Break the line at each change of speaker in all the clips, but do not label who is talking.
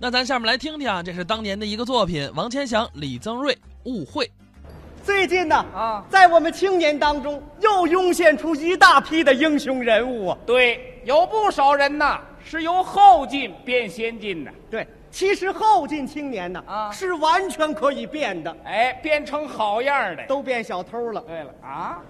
那咱下面来听听啊，这是当年的一个作品，王千祥、李增瑞《误会》。
最近呢，
啊
在我们青年当中又涌现出一大批的英雄人物啊。
对，有不少人呐是由后进变先进的，
对，其实后进青年呢，
啊
是完全可以变的，
哎，变成好样儿的。
都变小偷了。
对了啊，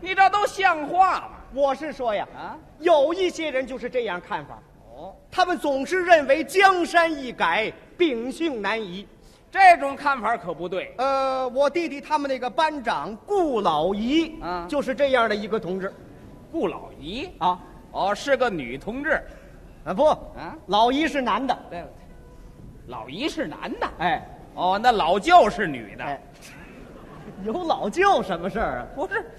你这都像话吗？
我是说呀，
啊，
有一些人就是这样看法，
哦，
他们总是认为江山易改，秉性难移。
这种看法可不对。
呃，我弟弟他们那个班长顾老姨，
啊
就是这样的一个同志
顾老姨，
啊。
哦，是个女同志。
啊不，
啊
老姨是男的，
对了，老姨是男的，
哎
哦，那老舅是女的。
哎，有老舅什么事儿啊？
不是，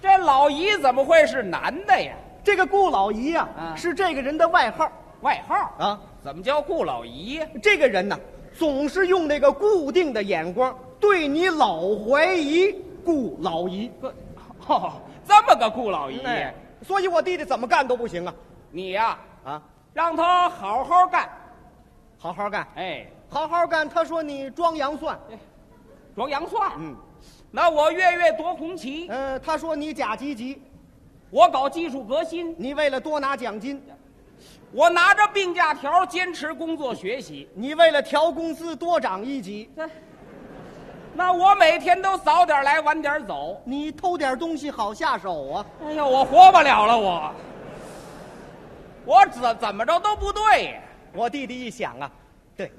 这老姨怎么会是男的呀？
这个顾老姨呀、
啊
是这个人的外号
外号啊，
啊。
怎么叫顾老姨呀？
这个人呢，总是用那个固定的眼光对你老怀疑顾老姨。
呵哦，这么个顾老姨，
哎，所以我弟弟怎么干都不行啊
你呀、
啊！
让他好好干。
好好干，
哎，
好好干。他说你装洋蒜，
装洋蒜。
嗯，
那我月月夺红旗，
呃，他说你假积极，
我搞技术革新，
你为了多拿奖金，
我拿着病假条坚持工作学习。
你为了调工资多涨一级，
那我每天都早点来晚点走。
你偷点东西好下手啊。
哎呀，我活不了了，我，我怎怎么着都不对呀。
我弟弟一想啊，对，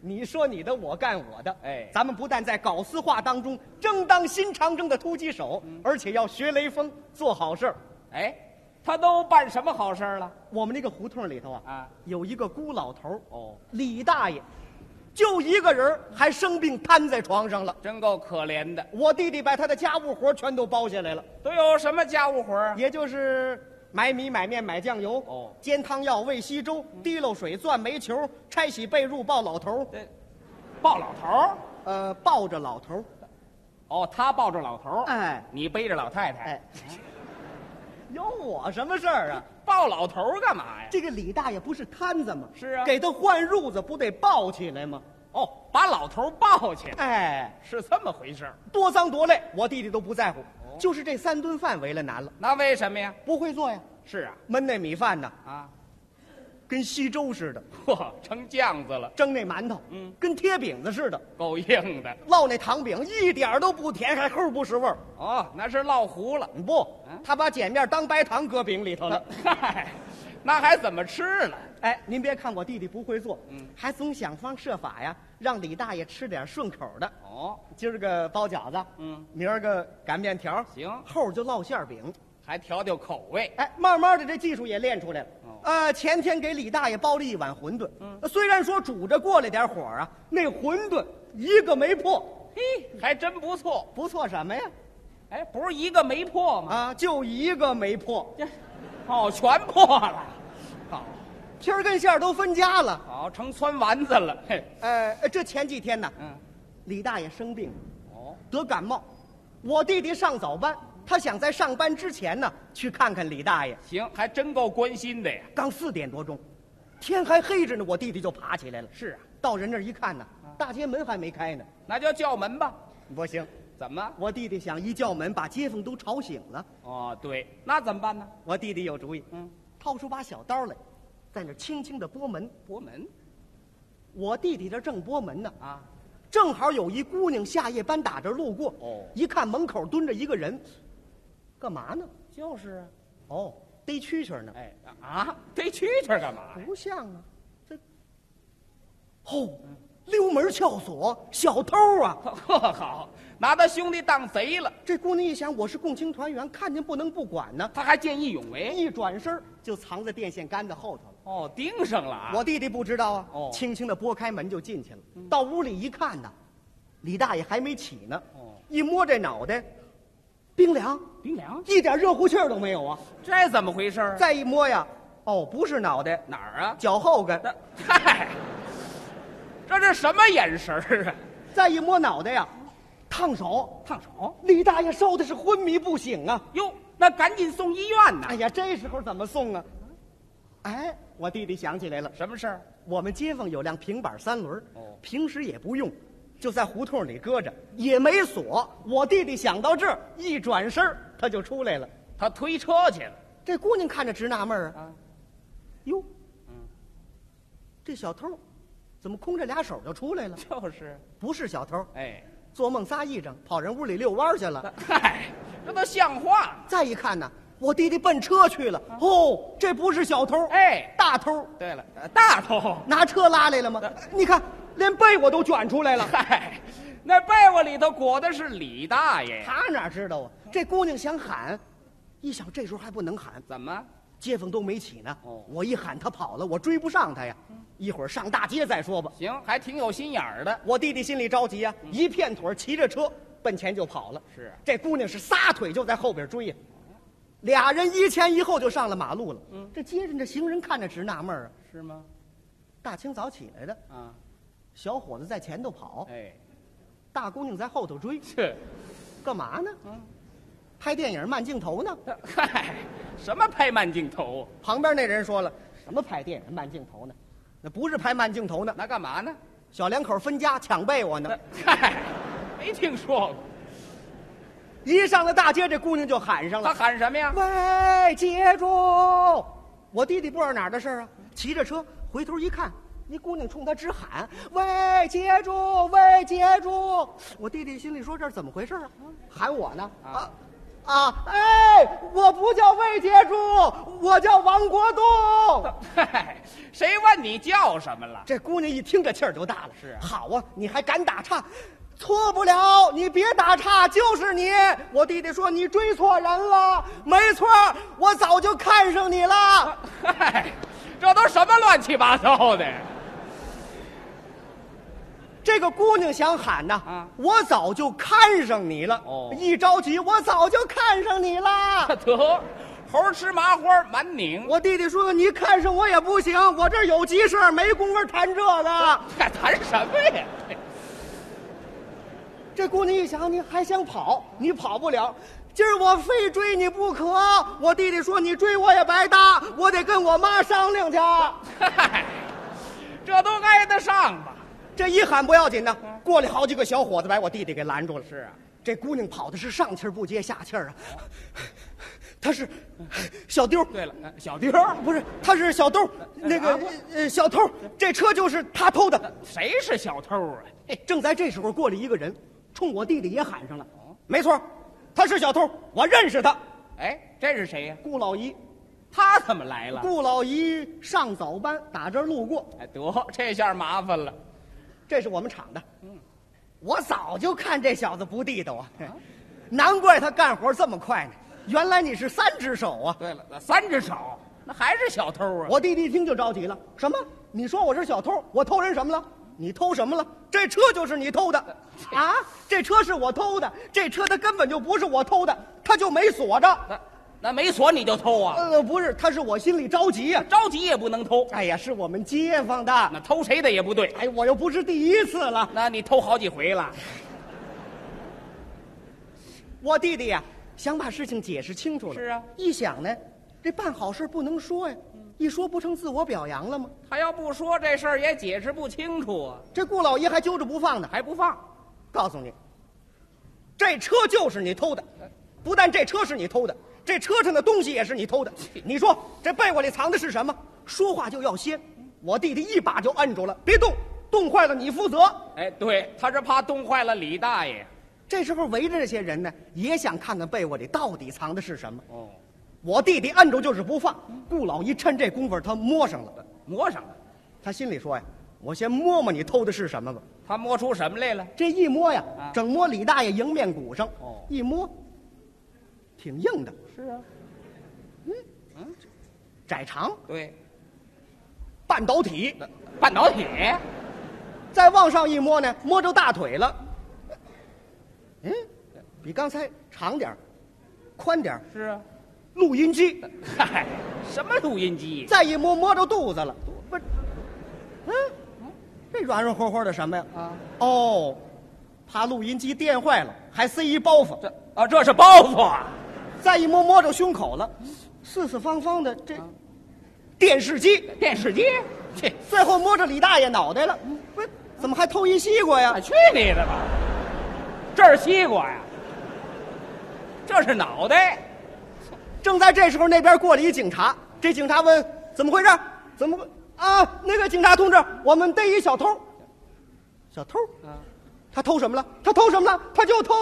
你说你的，我干我的，
哎
咱们不但在搞私化当中争当新长征的突击手，
嗯
而且要学雷锋，做好事儿。
哎，他都办什么好事儿了？
我们那个胡同里头啊，
啊
有一个孤老头儿
哦，
李大爷，就一个人儿还生病瘫在床上了。
真够可怜的。
我弟弟把他的家务活儿全都包下来了，
都有什么家务活儿啊？
也就是买米、买面、买酱油，
哦嗯
煎汤药、喂稀粥、滴漏水、钻煤球、拆洗被褥、抱老头儿，
这哎抱老头儿。
呃，抱着老头儿，
哦，他抱着老头儿，
哎
你背着老太太，
哎，有我什么事儿 啊？
抱老头儿干嘛呀？
这个李大爷不是摊子吗？
是啊
给他换褥子不得抱起来吗？
哦，把老头儿抱起来，
哎，
是这么回事儿。
多脏多累，我弟弟都不在乎，
哦
就是这三顿饭为了难了，
那为什么呀？
不会做呀，
是啊，
焖那米饭呢，
啊，
跟稀粥似的；
嚯，成酱子了，
蒸那馒头，
嗯
跟贴饼子似的；
够硬的。
烙那糖饼一点儿都不甜，还齁不是味儿。
哦，那是烙糊了。
不
嗯，
他把碱面当白糖搁饼里头 了。
嗨，那还怎么吃了？
哎，您别看我弟弟不会做，
嗯
还总想方设法呀，让李大爷吃点顺口的。
哦，
今儿个包饺子，
嗯，
明儿个擀面条，
行
后儿就烙馅儿饼。
还调调口味。
哎，慢慢的这技术也练出来了。
哦
呃，前天给李大爷包了一碗馄饨，呃
嗯
虽然说煮着过来点火啊，那馄饨一个没破，
嘿，还真不错。
不错什么呀？
哎，不是一个没破吗？
啊，就一个没破，
这，哦，全破了。好、
皮儿跟馅儿都分家了。
好，成酸丸子了。嘿，
呃，这前几天呢，
嗯，
李大爷生病
哦，
得感冒，我弟弟上早班，他想在上班之前呢去看看李大爷。
行，还真够关心的呀。
刚四点多钟，天还黑着呢，我弟弟就爬起来了。
是啊，啊
到人那儿一看呢，大街门还没开呢，
那就叫门吧。
不行。
怎么？
我弟弟想一叫门把街坊都吵醒了，
哦，对，那怎么办呢？
我弟弟有主意，
嗯，
掏出把小刀来，在那儿轻轻的拨门。
博门
我弟弟这正拨门呢，
啊，
正好有一姑娘下夜班打这儿路过，
哦
一看门口蹲着一个人，干嘛呢？
就是啊，
哦，逮蛐蛐呢，
哎啊，逮蛐蛐干嘛呀？
不像啊，这，哦，溜门撬锁，小偷啊！
呵，好，拿他兄弟当贼了，
这姑娘一想，我是共青团员，看见不能不管呢，
他还见义勇为。
一转身儿就藏在电线杆子后头了。
哦，盯上了啊！
我弟弟不知道啊，
哦嗯
轻轻的拨开门就进去了。到屋里一看呢，李大爷还没起呢，
哦
一摸这脑袋，冰凉，
冰凉，
一点热乎气儿都没有啊！
这怎么回事儿？
再一摸呀，哦，不是脑袋，
哪儿啊？
脚后跟。
那嗨，这是什么眼神儿啊？
再一摸脑袋呀，烫手。
烫手
李大爷烧的是昏迷不醒啊！
哟，那赶紧送医院呐
啊哎哎！呀，这时候怎么送啊？哎，我弟弟想起来了，
什么事儿？
我们街坊有辆平板三轮儿
哦
平时也不用，就在胡同里搁着，也没锁。我弟弟想到这儿，一转身儿他就出来了。
他推车去了
这姑娘看着直纳闷儿啊，
啊，嗯
哟，这小偷怎么空着俩手就出来了？
就是，
不是小偷，
哎，
做梦撒癔症，跑人屋里遛弯儿去了。
嗨，这都像话吗？
再一看呢，我弟弟奔车去了。哦，这不是小偷，
啊哎
大偷
对了，呃大头，
拿车拉来了吗？你看，连被我都卷出来了。
嗨，那被窝里头裹的是李大爷，
他哪知道啊？这姑娘想喊，一想这时候还不能喊，
怎么？
街坊都没起呢。
哦嗯
我一喊他跑了，我追不上他呀。一会儿上大街再说吧。
行，还挺有心眼儿的。
我弟弟心里着急呀、一片腿儿骑着车奔前就跑了。
嗯是啊
这姑娘是撒腿就在后边追呀、俩人一前一后就上了马路了。
嗯
这街上这行人看着直纳闷儿啊，
是吗？
大清早起来的，
啊，
小伙子在前头跑，
哎，
大姑娘在后头追，
是，
干嘛呢？
嗯，
拍电影慢镜头呢？
嗨，什么拍慢镜头？
旁边那人说了，什么拍电影慢镜头呢？那不是拍慢镜头呢，
那干嘛呢？
小两口分家抢被窝呢
那。嗨，没听说过。
一上了大街，这姑娘就喊上了
他。喊什么呀？
喂，接住！我弟弟不知道哪儿的事儿啊，骑着车回头一看，那姑娘冲他直喊：“喂，接住！喂，接住！”我弟弟心里说：“这是怎么回事啊？喊我呢？啊
啊
啊！哎，我不叫魏接住，我叫王国栋。
嗨，谁问你叫什么了？
这姑娘一听这气儿就大了，
是啊
好啊，你还敢打岔？错不了，你别打岔，就是你。我弟弟说你追错人了，没错儿，我早就看上你
啊
了。
嗨，这都什么乱七八糟的？
这个姑娘想喊呐，
啊
我早就看上你了。
哦
一着急，我早就看上你 了。
得，猴吃麻花满拧。
我弟弟说你看上我也不行，我这儿有急事儿没工夫谈这个。
还谈什么呀？
这姑娘一想，你还想跑，你跑不了。今儿我非追你不可。我弟弟说你追我也白搭，我得跟我妈商量去。
嗨，这都挨得上吧？
这一喊不要紧呢，过来好几个小伙子把我弟弟给拦住了。
嗯是啊，
这姑娘跑的是上气儿不接下气儿啊。她是小丢，
对了，呃小丢儿，
不是，她是小兜，那个
啊呃我
呃小偷，这车就是他偷的。哎
谁是小偷啊？嘿，
正在这时候，过来一个人，冲我弟弟也喊上了。
哦
没错，他是小偷，我认识他，
哎，这是谁呀、
顾老姨。
他怎么来了？
顾老姨上早班，打这儿路过，
哎，得，这下麻烦了。
这是我们厂的。我早就看这小子不地道啊，难怪他干活这么快呢。原来你是三只手啊！
对了，那三只手，那还是小偷啊？
我弟弟一听就着急了，什么？你说我是小偷？我偷人什么了？你偷什么了？这车就是你偷的啊！这车是我偷的，这车它根本就不是我偷的，它就没锁着。
那那没锁你就偷啊？
呃，不是，他是我心里着急呀、
着急也不能偷，
哎呀，是我们街坊的。
那偷谁的也不对。
哎，我又不是第一次了。
那你偷好几回了，
我弟弟呀、想把事情解释清楚了。
是啊
一想呢，这办好事不能说呀，一说不成自我表扬了吗？
他要不说这事儿也解释不清楚啊，
这顾老爷还揪着不放呢。
还不放。
告诉你，这车就是你偷的，不但这车是你偷的，这车上的东西也是你偷的。你说这被窝里藏的是什么？说话就要先，我弟弟一把就摁住了，别动，动坏了你负责。
哎，对，他是怕冻坏了李大爷。
这时候围着这些人呢，也想看看被窝里到底藏的是什么。
哦，
我弟弟摁住就是不放，顾老一趁这功夫他摸上了，
摸上了，
他心里说呀：“我先摸摸你偷的是什么吧。
他摸出什么来了？”
这一摸呀
啊，
整摸李大爷迎面骨上
哦，
一摸，挺硬的，
是啊，
窄长，
对，
半导体。
那半导体。
再往上一摸呢，摸着大腿了，嗯，比刚才长点儿宽点儿
是啊，
录音机。
嗨，什么录音机？
再一摸摸着肚子了，不是，嗯，这软软和和的什么呀？
啊，
哦，怕录音机电坏了，还塞一包袱。
这啊，这是包袱啊！
再一摸摸着胸口了，四四方方的这电视机。
电视机，去，
最后摸着李大爷脑袋了，嗯不是怎么还偷一西瓜呀
啊，？去你的吧！这是西瓜呀，这是脑袋。
正在这时候，那边过来一警察，这警察问怎么回事？怎么会啊？那个警察同志，我们逮一小偷。小偷？
啊，
他偷什么了？他偷什么了？他就偷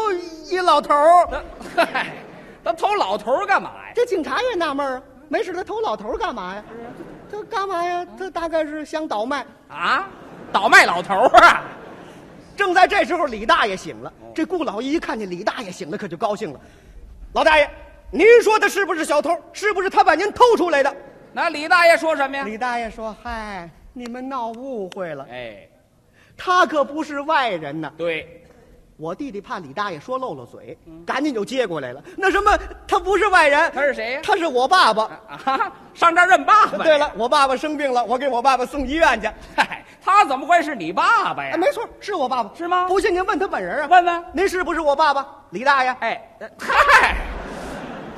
一老头儿。
那嗨，他偷老头儿干嘛呀？
这警察也纳闷儿啊，没事，他偷老头儿干嘛呀？他干嘛呀？他大概是想倒卖。
啊，倒卖老头儿啊！
正在这时候，李大爷醒了。这顾老一一看见李大爷醒了，可就高兴了。老大爷，您说他是不是小偷？是不是他把您偷出来的？
那李大爷说什么呀？
李大爷说：“嗨，你们闹误会了，
哎，
他可不是外人呢。
对，
我弟弟怕李大爷说漏了嘴，赶紧就接过来了。那什么，他不是外人，
嗯他是谁呀
他是我爸爸。
啊，上这儿认爸爸。
对，了，我爸爸生病了，我给我爸爸送医院去。
嗨，他怎么会是你爸哎爸呀
哎，？没错，是我爸爸，
是吗
不信您问他本人啊。
问问
您是不是我爸爸，李大爷？
哎，嗨，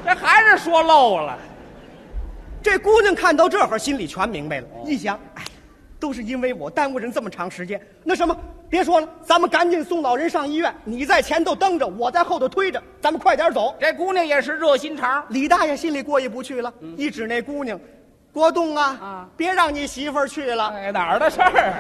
这还是说漏了。
这姑娘看到这会儿，心里全明白了。一想，哎，都是因为我耽误人这么长时间。那什么，别说了，咱们赶紧送老人上医院。你在前头蹬着，我在后头推着，咱们快点走。
这姑娘也是热心肠，
李大爷心里过意不去了，一指那姑娘，国栋啊，
啊
别让你媳妇儿去了。
哎，哪儿的事儿？